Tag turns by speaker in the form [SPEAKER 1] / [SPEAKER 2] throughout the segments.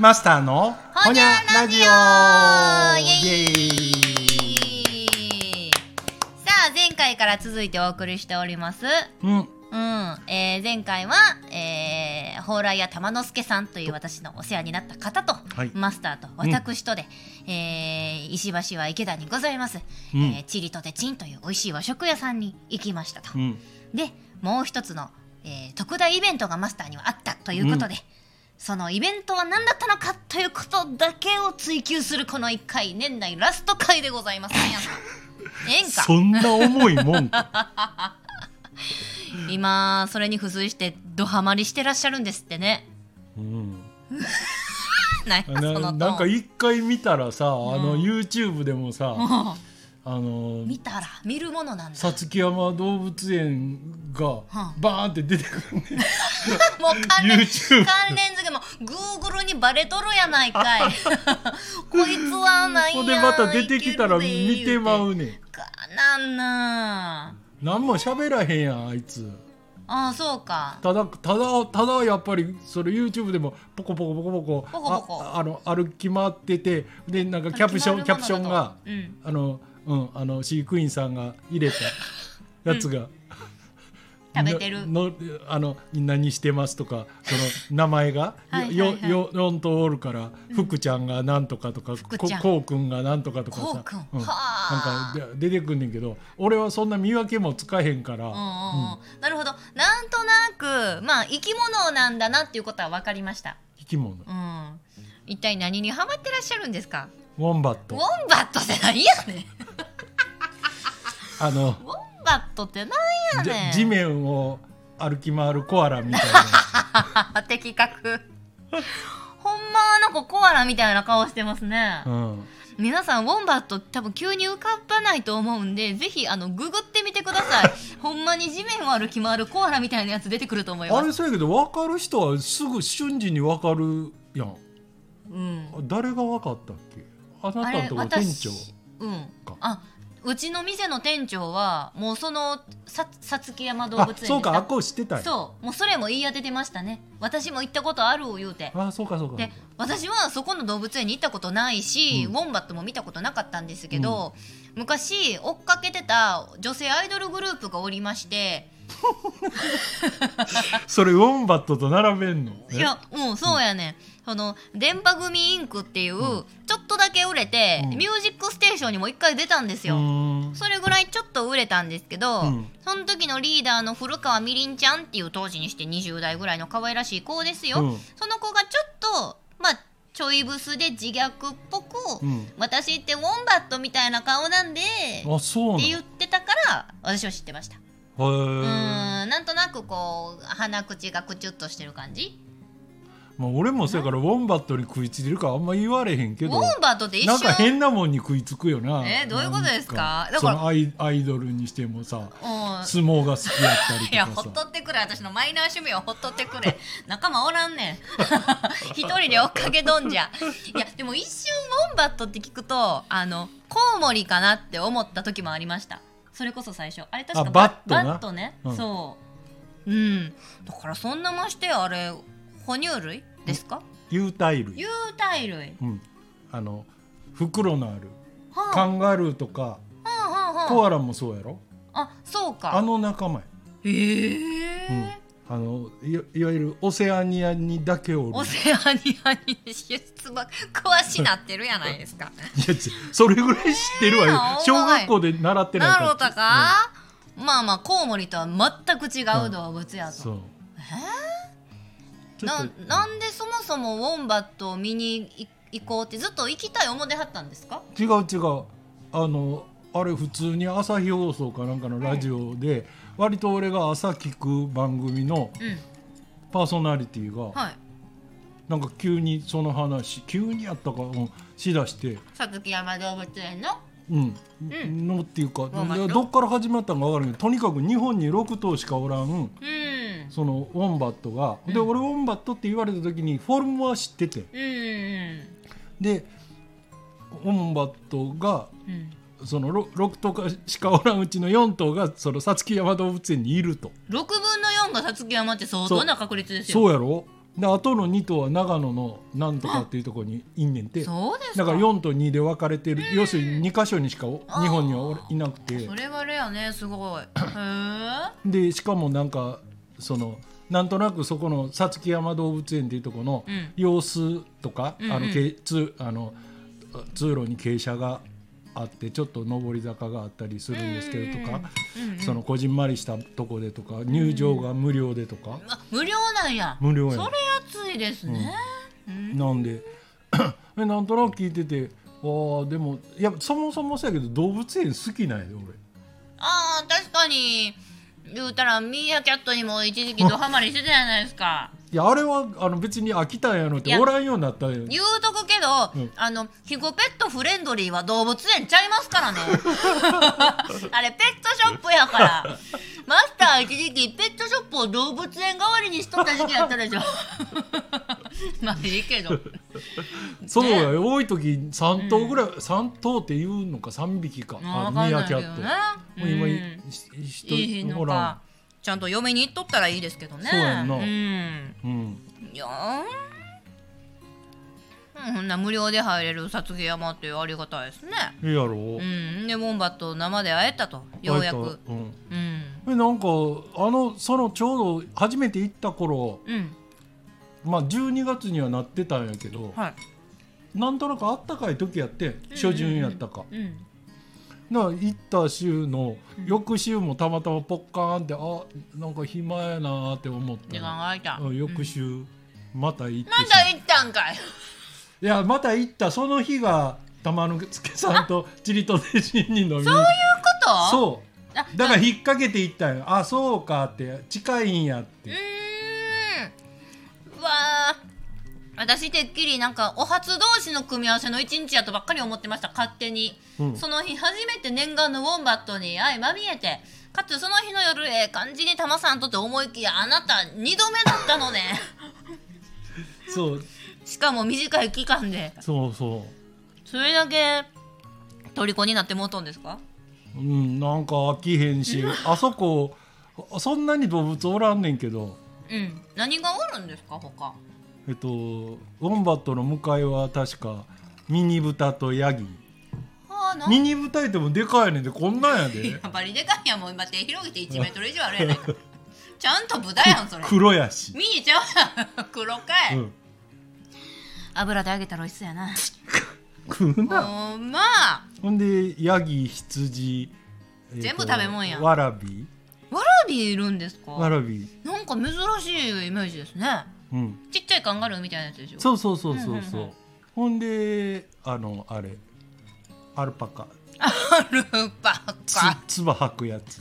[SPEAKER 1] マスターの
[SPEAKER 2] ほにゃラジオイエイさあ前回から続いてお送りしております
[SPEAKER 1] うん
[SPEAKER 2] うん、えー前回は、えー、蓬莱屋玉之助さんという私のお世話になった方と、
[SPEAKER 1] はい
[SPEAKER 2] マスターと私とで、えー石橋は池田にございます、
[SPEAKER 1] うん
[SPEAKER 2] えーチリとてチンという美味しい和食屋さんに行きましたと、
[SPEAKER 1] うん
[SPEAKER 2] でもう一つの、えー特大イベントがマスターにはあったということで、そのイベントは何だったのかということだけを追求するこの1回年内ラスト回でござい ます皆さんええんか
[SPEAKER 1] そんな重いも んか
[SPEAKER 2] 今それに付随してドハマりしてらっしゃるんですって ね
[SPEAKER 1] うん
[SPEAKER 2] ないその
[SPEAKER 1] な
[SPEAKER 2] トーン
[SPEAKER 1] なんか一回見たらさあの
[SPEAKER 2] うん
[SPEAKER 1] YouTube でもさ、
[SPEAKER 2] も
[SPEAKER 1] あの
[SPEAKER 2] う 見たら見るものなんだ
[SPEAKER 1] さつき山動物園が
[SPEAKER 2] あ
[SPEAKER 1] バーンって出てくるね
[SPEAKER 2] もう関連
[SPEAKER 1] YouTube
[SPEAKER 2] 関連付けもグーグルにバレとるやないか い こいつはないや
[SPEAKER 1] こ
[SPEAKER 2] ん
[SPEAKER 1] こでまた出てきたら見てま
[SPEAKER 2] いけるぜ言う
[SPEAKER 1] うねん
[SPEAKER 2] てかなんな
[SPEAKER 1] 何も喋らへんやんあいつ
[SPEAKER 2] ああそうか
[SPEAKER 1] ただただただやっぱりそれ YouTube でもポコポコポコポコ
[SPEAKER 2] ポコポコ
[SPEAKER 1] ああの歩き回っててでなんかキャプションキャプションが
[SPEAKER 2] うん
[SPEAKER 1] あのうんあの飼育員さんが入れ たやつが、
[SPEAKER 2] 食べてる
[SPEAKER 1] ののあの何してますとかその名前が
[SPEAKER 2] はいはい
[SPEAKER 1] よ
[SPEAKER 2] はい
[SPEAKER 1] よ4頭おるから福ちゃんがなんとかとか、
[SPEAKER 2] 福
[SPEAKER 1] こ
[SPEAKER 2] ちゃん
[SPEAKER 1] こうくんがなんとかとかさ
[SPEAKER 2] こうくん
[SPEAKER 1] う
[SPEAKER 2] は
[SPEAKER 1] ん
[SPEAKER 2] あ
[SPEAKER 1] なんかで出てくんねんけど俺はそんな見分けもつかへんから、
[SPEAKER 2] うんうんうんなるほどなんとなくまあ生き物なんだなっていうことは分かりました
[SPEAKER 1] 生き物
[SPEAKER 2] うん一体何にハマってらっしゃるんですか
[SPEAKER 1] ウォンバッ
[SPEAKER 2] ウォ
[SPEAKER 1] ト
[SPEAKER 2] ンバットって何やねんウ
[SPEAKER 1] あの
[SPEAKER 2] ォンバットって何
[SPEAKER 1] じ
[SPEAKER 2] やねん
[SPEAKER 1] 地面を歩き回るコアラみたいな
[SPEAKER 2] あ 的確 ほんまなんかコアラみたいな顔してますね、
[SPEAKER 1] うん
[SPEAKER 2] 皆さんウォンバット多分急に浮かばないと思うんでぜひあのググってみてくださ いほんまに地面を歩き回るコアラみたいなやつ出てくると思いま
[SPEAKER 1] あ
[SPEAKER 2] す
[SPEAKER 1] れそうやけど分かる人はすぐ瞬時に分かるやん
[SPEAKER 2] うん、
[SPEAKER 1] 誰が分かったっけあな
[SPEAKER 2] あ
[SPEAKER 1] たの
[SPEAKER 2] れ
[SPEAKER 1] とこ店長
[SPEAKER 2] 私うん
[SPEAKER 1] か
[SPEAKER 2] あうちの店の店長はもうそのささつき山動物園
[SPEAKER 1] あ
[SPEAKER 2] でした
[SPEAKER 1] そうかあっこしてたんや
[SPEAKER 2] そうもうそれも言い当ててましたね私も行ったことある言うて
[SPEAKER 1] あそうかそうか
[SPEAKER 2] で私はそこの動物園に行ったことないし、
[SPEAKER 1] うん
[SPEAKER 2] ウォンバットも見たことなかったんですけど、昔追っかけてた女性アイドルグループがおりまして、
[SPEAKER 1] それウォンバットと並べんの
[SPEAKER 2] いやうんそうやねん、その電波組インクっていう、ちょっとだけ売れて、
[SPEAKER 1] うん
[SPEAKER 2] ミュージックステーションにも一回出たんです
[SPEAKER 1] えう
[SPEAKER 2] よ、
[SPEAKER 1] ーん
[SPEAKER 2] それぐらいちょっと売れたんですけど、
[SPEAKER 1] うん
[SPEAKER 2] その時のリーダーの古川みりんちゃんっていう当時にして20代ぐらいの可愛らしい子ですよ、
[SPEAKER 1] うん
[SPEAKER 2] その子がちょっとまあちょいブスで自虐っぽく、
[SPEAKER 1] うん
[SPEAKER 2] 私ってウォンバットみたいな顔なんでっ
[SPEAKER 1] あそうなん
[SPEAKER 2] て
[SPEAKER 1] へ
[SPEAKER 2] 言ってたから私は知ってましたうー
[SPEAKER 1] え
[SPEAKER 2] んなんとなくこう鼻口がくちゅっとしてる感じ
[SPEAKER 1] まあ俺もそうやからウォンバットに食いついてるからあんま言われへんけ
[SPEAKER 2] ウ
[SPEAKER 1] ど
[SPEAKER 2] ォンバットって一
[SPEAKER 1] なん
[SPEAKER 2] 瞬
[SPEAKER 1] か変なもんに食いつくよな
[SPEAKER 2] えどういうことですか
[SPEAKER 1] なん
[SPEAKER 2] だから
[SPEAKER 1] そのアイアイドルにしてもさ
[SPEAKER 2] うん
[SPEAKER 1] 相撲が好きやったりとかさ
[SPEAKER 2] いやほっとってくれ私のマイナー趣味をほっとってくれ仲間おらんねん 一人で追っかけどんじゃいやでも一瞬ウォンバットって聞くとあのコウモリかなって思った時もありましたそれこそ最初あれ確か
[SPEAKER 1] あバットな
[SPEAKER 2] バットね、
[SPEAKER 1] うん
[SPEAKER 2] そううんだからそんなましてあれ哺乳類ですか
[SPEAKER 1] 有袋類
[SPEAKER 2] 有袋類
[SPEAKER 1] うん、あの袋のある
[SPEAKER 2] はあ
[SPEAKER 1] カンガルーとか
[SPEAKER 2] はあはあ
[SPEAKER 1] コ
[SPEAKER 2] は
[SPEAKER 1] アラもそうやろ
[SPEAKER 2] ああそう
[SPEAKER 1] あ
[SPEAKER 2] か
[SPEAKER 1] の仲間や、
[SPEAKER 2] へ
[SPEAKER 1] うん
[SPEAKER 2] え、
[SPEAKER 1] あのいいわゆるオセアニアにだけおる
[SPEAKER 2] オセアニアに出馬詳しなってるやない ですか
[SPEAKER 1] いやちそれぐらい知ってるわよ、
[SPEAKER 2] えー
[SPEAKER 1] 小学校で習ってない
[SPEAKER 2] なるほどか、まあまあコウモリとは全く違う動物
[SPEAKER 1] う
[SPEAKER 2] や
[SPEAKER 1] ん
[SPEAKER 2] と、
[SPEAKER 1] そうちょ
[SPEAKER 2] な
[SPEAKER 1] っと
[SPEAKER 2] なんでそもそもウォンバットを見に行行こうってずっと行きたい思ってはったんですか
[SPEAKER 1] 違う違うあのあれ普通に朝日放送かなんかのラジオで、割と俺が朝聞く番組の
[SPEAKER 2] うん
[SPEAKER 1] パーソナリティが
[SPEAKER 2] はい
[SPEAKER 1] なんか急にその話急にやったか、うん、しだして
[SPEAKER 2] さつき山動物園の
[SPEAKER 1] うん、
[SPEAKER 2] ん
[SPEAKER 1] のっていうか
[SPEAKER 2] まあまあ
[SPEAKER 1] どっから始まったんか分からんけどとにかく日本に6頭しかおらん
[SPEAKER 2] うん
[SPEAKER 1] そのウォンバットが、で俺ウォンバットって言われた時にフォルムは知ってて
[SPEAKER 2] うんうん
[SPEAKER 1] でウォンバットが
[SPEAKER 2] うん
[SPEAKER 1] その 6, 頭かしかおらんうちの4頭がそのさつき山動物園にいると
[SPEAKER 2] 6分の4がさつき山って相当な確率ですよ
[SPEAKER 1] そうやろで後の2頭は長野のなんとかっていうところにいんねんて
[SPEAKER 2] そうですか
[SPEAKER 1] だから4と2で分かれてる要するに2箇所にしかお
[SPEAKER 2] あー
[SPEAKER 1] 日本にはおらいなくて
[SPEAKER 2] それはレアねすごいへえ
[SPEAKER 1] でしかもなんかそのなんとなくそこのさつき山動物園っていうところの
[SPEAKER 2] うん
[SPEAKER 1] 様子とか、
[SPEAKER 2] うんうん
[SPEAKER 1] あのけつあの通路に傾斜があってちょっと上り坂があったりするんですけどとか、
[SPEAKER 2] うんうん
[SPEAKER 1] そのこじんまりしたとこでとか入場が無料でとか、
[SPEAKER 2] あ無料なんや
[SPEAKER 1] 無料や
[SPEAKER 2] そ
[SPEAKER 1] ね
[SPEAKER 2] れ熱いですね、うん
[SPEAKER 1] なんでえなんとなく聞いててあーでもいやそもそもそうやけど動物園好きなんやで俺。
[SPEAKER 2] あー確かに言うたらミーアキャットにも一時期ドハマりしてたじゃないですか
[SPEAKER 1] いやあれはあの別に飽きたんやろっ
[SPEAKER 2] い
[SPEAKER 1] て
[SPEAKER 2] や
[SPEAKER 1] おらんようになったんや
[SPEAKER 2] 言うとくけど、
[SPEAKER 1] うん
[SPEAKER 2] あの肥後ペットフレンドリーは動物園ちゃいます からねあれペットショップやからマスター一時期ペットショップを動物園代わりにしとった時期やった でしょまあいいけど
[SPEAKER 1] そうや、多い時3頭ぐらい、三頭って言うのか3匹か
[SPEAKER 2] まあ
[SPEAKER 1] あ
[SPEAKER 2] 分かん
[SPEAKER 1] ミ
[SPEAKER 2] な
[SPEAKER 1] ヤ
[SPEAKER 2] いけ
[SPEAKER 1] キ
[SPEAKER 2] ど
[SPEAKER 1] ャ
[SPEAKER 2] ね
[SPEAKER 1] ット、
[SPEAKER 2] う
[SPEAKER 1] もう今
[SPEAKER 2] ん
[SPEAKER 1] 一
[SPEAKER 2] いい
[SPEAKER 1] 人
[SPEAKER 2] の
[SPEAKER 1] ほ
[SPEAKER 2] からちゃんと嫁に行っとったらいいですけどね
[SPEAKER 1] そうやんなんんうん
[SPEAKER 2] いやーうんこんな無料で入れる薩毛山ってありがたいですね
[SPEAKER 1] いいや
[SPEAKER 2] う
[SPEAKER 1] ろ、
[SPEAKER 2] んでウォンバット生で会えたとようや
[SPEAKER 1] 割
[SPEAKER 2] く
[SPEAKER 1] とうん
[SPEAKER 2] うん
[SPEAKER 1] えなんかあのそのちょうど初めて行った頃
[SPEAKER 2] うん
[SPEAKER 1] まあ12月にはなってたんやけど、
[SPEAKER 2] はい
[SPEAKER 1] なんとなくあったかい時やって初旬やったか、
[SPEAKER 2] うん
[SPEAKER 1] だから行った週の翌週もたまたまポッカーンってあなんか暇やなーって思っ
[SPEAKER 2] 時
[SPEAKER 1] た
[SPEAKER 2] 間
[SPEAKER 1] ら
[SPEAKER 2] が空いた
[SPEAKER 1] うん翌週、また行って
[SPEAKER 2] なんだ行ったんかい
[SPEAKER 1] いやまた行ったその日が玉之助さんとチリとデジに飲みそ
[SPEAKER 2] こ
[SPEAKER 1] う
[SPEAKER 2] とあ
[SPEAKER 1] だから引っ掛けて行ったんよあそうかって近いんやっ
[SPEAKER 2] う
[SPEAKER 1] て
[SPEAKER 2] ーんうわあ私てっきりなんかお初同士の組み合わせの一日やとばっかり思ってました勝手に、
[SPEAKER 1] うん
[SPEAKER 2] その日初めて念願のウォンバットに相まみえてかつその日の夜ええ感じにタマさんとって思いきやあなた2度目だったのね
[SPEAKER 1] そう
[SPEAKER 2] しかも短い期間で
[SPEAKER 1] そうそ
[SPEAKER 2] それだけ虜になってもうとんですか
[SPEAKER 1] ううんなんか飽きへんしあそこあそんなに動物おらんねんけど
[SPEAKER 2] うん何がおるんですか他
[SPEAKER 1] えっとウォンバットの向かいは確かミニブタとヤギ
[SPEAKER 2] ああなん
[SPEAKER 1] ミニブタいてもでかいねんでこんなんや で
[SPEAKER 2] やっぱりでかいやんもう今手広げて1メートル以上あるやない かちゃんと豚やんそれ
[SPEAKER 1] 黒やし、
[SPEAKER 2] ミニちゃうやん黒かい、
[SPEAKER 1] うん、
[SPEAKER 2] 油で揚げたら美味しそうやな
[SPEAKER 1] 食うな
[SPEAKER 2] ほんまあ
[SPEAKER 1] ほんでヤギ羊、えーと
[SPEAKER 2] 全部食べ物やん
[SPEAKER 1] わらび
[SPEAKER 2] わらびいるんです
[SPEAKER 1] わ
[SPEAKER 2] から
[SPEAKER 1] び
[SPEAKER 2] なんか珍しいイメージですね
[SPEAKER 1] うん
[SPEAKER 2] ちっちゃいカンガルーみたいなやつでしょ
[SPEAKER 1] そうそうそうそ
[SPEAKER 2] うん
[SPEAKER 1] うそう,、
[SPEAKER 2] うんうん
[SPEAKER 1] ほんであのあれアルパカ
[SPEAKER 2] アルパカ
[SPEAKER 1] つつば吐くやつ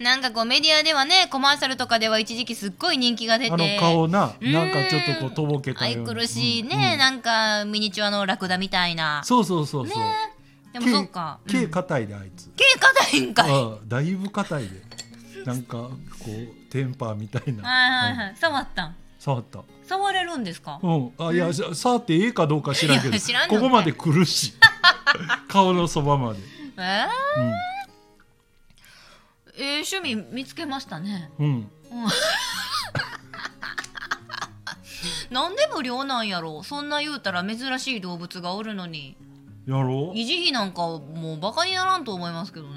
[SPEAKER 2] なんかこうメディアではねコマーシャルとかでは一時期すっごい人気が出て
[SPEAKER 1] あの顔な
[SPEAKER 2] うん
[SPEAKER 1] なんかちょっとこうとぼけた
[SPEAKER 2] 愛
[SPEAKER 1] ような
[SPEAKER 2] くるしいね、
[SPEAKER 1] うんうん
[SPEAKER 2] なんかミニチュアのラクダみたいな
[SPEAKER 1] そうそうそうそう、
[SPEAKER 2] でもそうか
[SPEAKER 1] 毛毛
[SPEAKER 2] うん毛
[SPEAKER 1] 硬いであいつ、
[SPEAKER 2] 硬いんかい
[SPEAKER 1] あだいぶ硬いでなんかこうテンパーみたいな、
[SPEAKER 2] はいはい
[SPEAKER 1] うん
[SPEAKER 2] はい触ったん
[SPEAKER 1] 触った
[SPEAKER 2] 触れるんですか
[SPEAKER 1] うん、あいや、さ触ってええかどうか知らんけ
[SPEAKER 2] い
[SPEAKER 1] ど
[SPEAKER 2] や知らんの
[SPEAKER 1] こ
[SPEAKER 2] かい
[SPEAKER 1] こまで来るし 顔のそばまで、
[SPEAKER 2] えー
[SPEAKER 1] うん、
[SPEAKER 2] えー、趣味見つけましたね
[SPEAKER 1] うん、
[SPEAKER 2] なんで無料なんやろそんな言うたら珍しい動物がおるのに
[SPEAKER 1] やろうい
[SPEAKER 2] 維持費なんかもうバカにならんと思いますけどね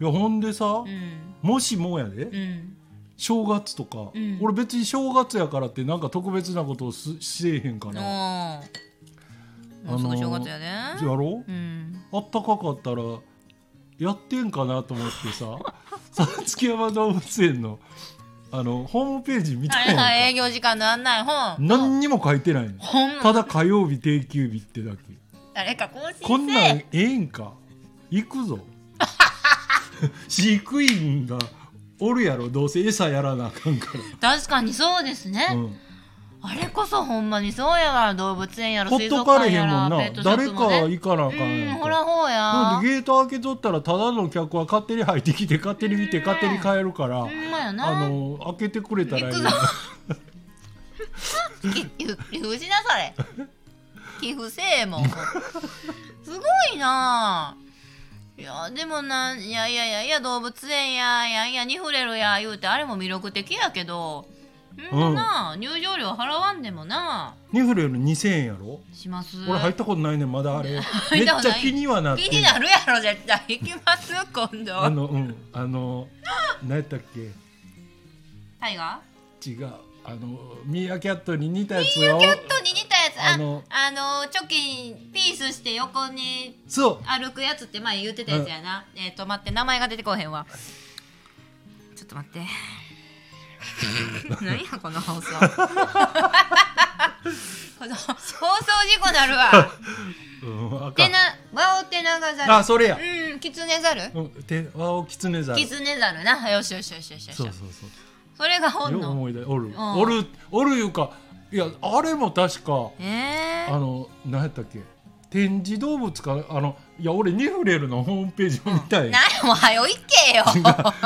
[SPEAKER 1] やほんでさ、
[SPEAKER 2] うん
[SPEAKER 1] もしもやで、
[SPEAKER 2] うん
[SPEAKER 1] 正月とか、
[SPEAKER 2] うん
[SPEAKER 1] 俺別に正月やからってなんか特別なことをすせえへんから、や
[SPEAKER 2] あーもうすぐ正月やで、
[SPEAKER 1] ろう
[SPEAKER 2] うん
[SPEAKER 1] あったかかったらやってんかなと思って ささつき山動物園のあのホームページ見た
[SPEAKER 2] はい
[SPEAKER 1] やんか、
[SPEAKER 2] はい営業時間の案内本
[SPEAKER 1] 何にも書いてないの
[SPEAKER 2] ほん
[SPEAKER 1] た
[SPEAKER 2] ま
[SPEAKER 1] だ火曜日定休日ってだけ
[SPEAKER 2] 誰か更新せえ
[SPEAKER 1] こんなんええんか行くぞ飼育員がおるやろどうせ餌やらなあかんか
[SPEAKER 2] 確かにそうですね、
[SPEAKER 1] ら、うん、
[SPEAKER 2] あれこそほんまにそうやわ動物園やら
[SPEAKER 1] ほっ
[SPEAKER 2] 水
[SPEAKER 1] と
[SPEAKER 2] 族
[SPEAKER 1] かれ
[SPEAKER 2] 館
[SPEAKER 1] へ
[SPEAKER 2] や
[SPEAKER 1] んも
[SPEAKER 2] ら
[SPEAKER 1] んな、
[SPEAKER 2] ペットショッ
[SPEAKER 1] 誰
[SPEAKER 2] プ
[SPEAKER 1] か
[SPEAKER 2] もね
[SPEAKER 1] 行かなあかん
[SPEAKER 2] う
[SPEAKER 1] や
[SPEAKER 2] ん
[SPEAKER 1] ん
[SPEAKER 2] ほ
[SPEAKER 1] から
[SPEAKER 2] ほう
[SPEAKER 1] なん
[SPEAKER 2] や
[SPEAKER 1] でゲート開けとったらただの客は勝手に入ってきて勝手に見て
[SPEAKER 2] うん
[SPEAKER 1] 勝手に帰るから、
[SPEAKER 2] ほんまやな
[SPEAKER 1] あの開けてく れたらい
[SPEAKER 2] 行
[SPEAKER 1] い
[SPEAKER 2] くぞ寄寄付しなされ寄付せえ もんすごいなあいやでもなんいやいやいやいや動物園やいやいやに触れるや言うてあれも魅力的やけどほんまな、入場料払わんでもな
[SPEAKER 1] ニフレル2000円やろ
[SPEAKER 2] します
[SPEAKER 1] 俺入ったことないねんまだあれめっ
[SPEAKER 2] 入っ
[SPEAKER 1] ち
[SPEAKER 2] たことない
[SPEAKER 1] ゃ気にはなって
[SPEAKER 2] 気になるやろ絶対行きます今
[SPEAKER 1] あ
[SPEAKER 2] 度
[SPEAKER 1] のうんあの何やったっけ
[SPEAKER 2] タイガ
[SPEAKER 1] 違うあのミーアキャットに似たやつ
[SPEAKER 2] ー
[SPEAKER 1] を
[SPEAKER 2] とに似たやつあ
[SPEAKER 1] あの
[SPEAKER 2] あのチョキンピースして横に
[SPEAKER 1] そう
[SPEAKER 2] 歩くやつって前言ってたやつやな、えっ、と待って名前が出てこうへんわちょっと待 って何やこの放送この放送事故なるわ
[SPEAKER 1] うんあか
[SPEAKER 2] て
[SPEAKER 1] ん
[SPEAKER 2] なワオテナガザ
[SPEAKER 1] あそれや
[SPEAKER 2] ルうんキツネザル
[SPEAKER 1] うんてワオキツネザル
[SPEAKER 2] キツネザルなよしよしよしよしよし
[SPEAKER 1] そう
[SPEAKER 2] そ
[SPEAKER 1] そうそう
[SPEAKER 2] れが本
[SPEAKER 1] よう
[SPEAKER 2] の
[SPEAKER 1] 思い出おる、
[SPEAKER 2] ん
[SPEAKER 1] おるおるいうかいやあれも確か
[SPEAKER 2] え
[SPEAKER 1] あ
[SPEAKER 2] ー、
[SPEAKER 1] の何やったっけ展示動物かあのいや俺ニフレルのホームページを見たい、
[SPEAKER 2] なんやもうはよ行け よ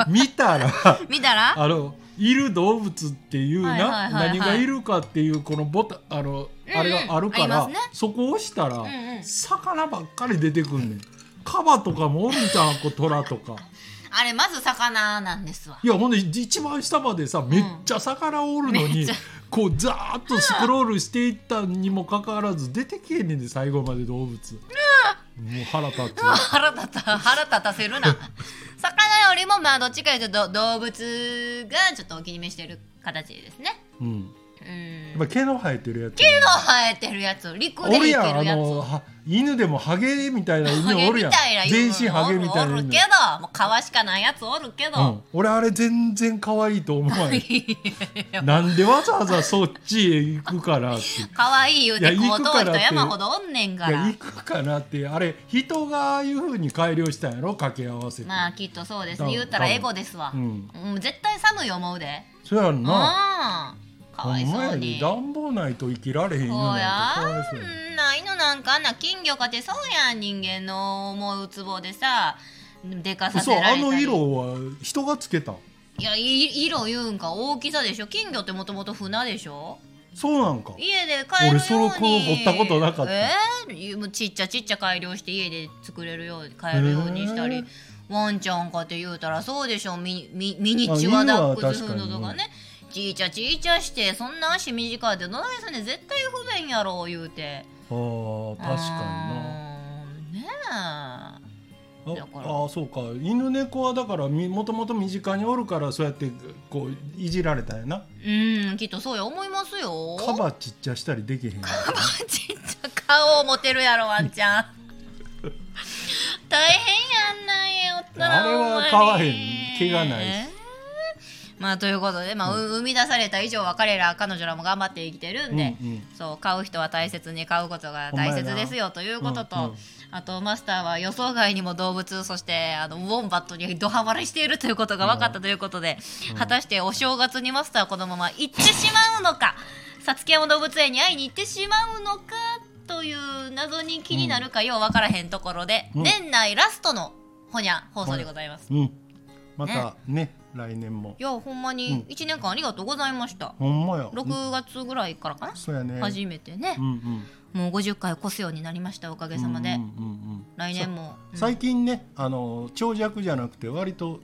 [SPEAKER 1] 見たら
[SPEAKER 2] 見たら
[SPEAKER 1] あのいる動物っていうな、
[SPEAKER 2] はいはいはいはい
[SPEAKER 1] 何がいるかっていうこのボタンあの、
[SPEAKER 2] うん
[SPEAKER 1] あれがあるか
[SPEAKER 2] ありま
[SPEAKER 1] ら、
[SPEAKER 2] すね
[SPEAKER 1] そこを押したら、
[SPEAKER 2] んうん
[SPEAKER 1] 魚ばっかり出てくんねんカバとかもおるんちゃうこトラとか
[SPEAKER 2] あれまず魚なんですわ
[SPEAKER 1] いやほんで一番下までさめっちゃ魚おるの
[SPEAKER 2] め
[SPEAKER 1] に、
[SPEAKER 2] っちゃ
[SPEAKER 1] こうザーッとスクロールしていったにもかかわらず出てけえねんで最後まで動物、もう腹立つ
[SPEAKER 2] あ腹立た腹立た せるな魚よりもまあどっちかというとど動物がちょっとお気に召してる形ですね
[SPEAKER 1] うん
[SPEAKER 2] うん
[SPEAKER 1] やっぱ毛の生えてるやつ
[SPEAKER 2] 毛の生えてるやつ陸で
[SPEAKER 1] お
[SPEAKER 2] 生
[SPEAKER 1] る
[SPEAKER 2] き
[SPEAKER 1] や
[SPEAKER 2] て
[SPEAKER 1] んあ
[SPEAKER 2] るや
[SPEAKER 1] の
[SPEAKER 2] つ
[SPEAKER 1] は犬でもハゲみたいな犬おるやん
[SPEAKER 2] ハゲみたいな
[SPEAKER 1] 全身ハゲみたい
[SPEAKER 2] お
[SPEAKER 1] な
[SPEAKER 2] るおる
[SPEAKER 1] 犬
[SPEAKER 2] けどもう皮しかないやつおるけ
[SPEAKER 1] う
[SPEAKER 2] ど、
[SPEAKER 1] ん、俺あれ全然可愛いと思わない
[SPEAKER 2] いや
[SPEAKER 1] なんでわざわざそっちへ行くかなって
[SPEAKER 2] 可愛い言うて
[SPEAKER 1] いや
[SPEAKER 2] こう
[SPEAKER 1] 行く
[SPEAKER 2] 遠い
[SPEAKER 1] からって
[SPEAKER 2] 人山ほどおんねんか
[SPEAKER 1] いや
[SPEAKER 2] ら
[SPEAKER 1] 行くかなってあれ人がああいうふうに改良したんやろ掛け合わせて、
[SPEAKER 2] まあきっとそうです
[SPEAKER 1] 多分
[SPEAKER 2] 言うたらエゴですわ、
[SPEAKER 1] う
[SPEAKER 2] うんん絶対寒い思うで
[SPEAKER 1] そやん
[SPEAKER 2] うん
[SPEAKER 1] な
[SPEAKER 2] かわい
[SPEAKER 1] ほんま
[SPEAKER 2] そう
[SPEAKER 1] やで
[SPEAKER 2] に
[SPEAKER 1] 暖房ないと生きられへん犬
[SPEAKER 2] そう
[SPEAKER 1] なん
[SPEAKER 2] や
[SPEAKER 1] てかわいそうや
[SPEAKER 2] んな犬なんかあんな金魚かてそうやん人間の思うツボでさでかさせ
[SPEAKER 1] そう
[SPEAKER 2] られた
[SPEAKER 1] あ
[SPEAKER 2] り
[SPEAKER 1] の色は人がつけた
[SPEAKER 2] いやい色言うんか大きさでしょ金魚ってもともと船でしょ
[SPEAKER 1] そうなんか
[SPEAKER 2] 家で買えるように
[SPEAKER 1] 俺その子掘ったことなかった
[SPEAKER 2] えーもうちっちゃちっちゃ改良して家で作れるように買えるようにした
[SPEAKER 1] へ
[SPEAKER 2] り
[SPEAKER 1] ー
[SPEAKER 2] ワンちゃんかって言うたらそうでしょミニミミニチュアダックスフードとか
[SPEAKER 1] あ犬
[SPEAKER 2] ねちいちゃちいちゃしてそんな足短いってどないさねん絶対不便やろ言うて。
[SPEAKER 1] あー確か
[SPEAKER 2] にな。ねー
[SPEAKER 1] にな
[SPEAKER 2] だ
[SPEAKER 1] あ
[SPEAKER 2] から
[SPEAKER 1] あーそうか犬猫はだからみもともと身近におるからそうやってこういじられたんやな
[SPEAKER 2] え。うん、きっとそうや思いますよ。
[SPEAKER 1] カバちっちゃしたりできへんやろ
[SPEAKER 2] ちっちゃ顔を持てるやろ、ワンちゃ ん。大変やんないよ、おったら
[SPEAKER 1] あれは
[SPEAKER 2] ほんまに
[SPEAKER 1] 可愛い毛がないし
[SPEAKER 2] えーまあということで、まあ、う生み出された以上は彼ら彼女らも頑張って生きてるんで、
[SPEAKER 1] うんうん
[SPEAKER 2] そう買う人は大切に買うことが大切ですよということと、
[SPEAKER 1] うんうん
[SPEAKER 2] あとマスターは予想外にも動物そしてあのウォンバットにドハマりしているということが分かったということで、果たしてお正月にマスターはこのまま行ってしまうのかさつき山動物園に会いに行ってしまうのかという謎に気になるかよう分からへんところで、
[SPEAKER 1] うん
[SPEAKER 2] 年内ラストのほにゃ放送でございます。
[SPEAKER 1] うん、またね来年も
[SPEAKER 2] いやほんまに1年間ありがとうございました、
[SPEAKER 1] ほんまやうん
[SPEAKER 2] 6月ぐらいからかな、
[SPEAKER 1] そうやね
[SPEAKER 2] 初めてね
[SPEAKER 1] う、んうん
[SPEAKER 2] もう50回越すようになりましたおかげさまで、
[SPEAKER 1] うんうんうんうん
[SPEAKER 2] 来年も、
[SPEAKER 1] さ最近ねあの長尺じゃなくて割と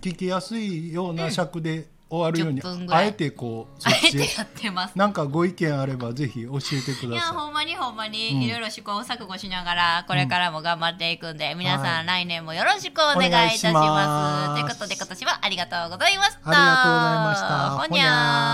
[SPEAKER 1] 聞きやすいような尺で終わるように、
[SPEAKER 2] 10分ぐら
[SPEAKER 1] あ
[SPEAKER 2] い
[SPEAKER 1] えてこう
[SPEAKER 2] あ
[SPEAKER 1] そっ
[SPEAKER 2] え
[SPEAKER 1] ち
[SPEAKER 2] てやってます
[SPEAKER 1] なんかご意見あればぜひ教えてく
[SPEAKER 2] い
[SPEAKER 1] だ
[SPEAKER 2] や
[SPEAKER 1] さ
[SPEAKER 2] ほんまにほんまに、
[SPEAKER 1] うん
[SPEAKER 2] いろいろ試行錯誤しながらこれからも頑張っていくんで、皆さ
[SPEAKER 1] は
[SPEAKER 2] ん
[SPEAKER 1] い
[SPEAKER 2] 来年もよろしくお願いいたします
[SPEAKER 1] お願いします
[SPEAKER 2] ということで今年はありがとうございました
[SPEAKER 1] ありがとう
[SPEAKER 2] ほに
[SPEAKER 1] ございましたほに
[SPEAKER 2] ゃ
[SPEAKER 1] ゃ
[SPEAKER 2] ー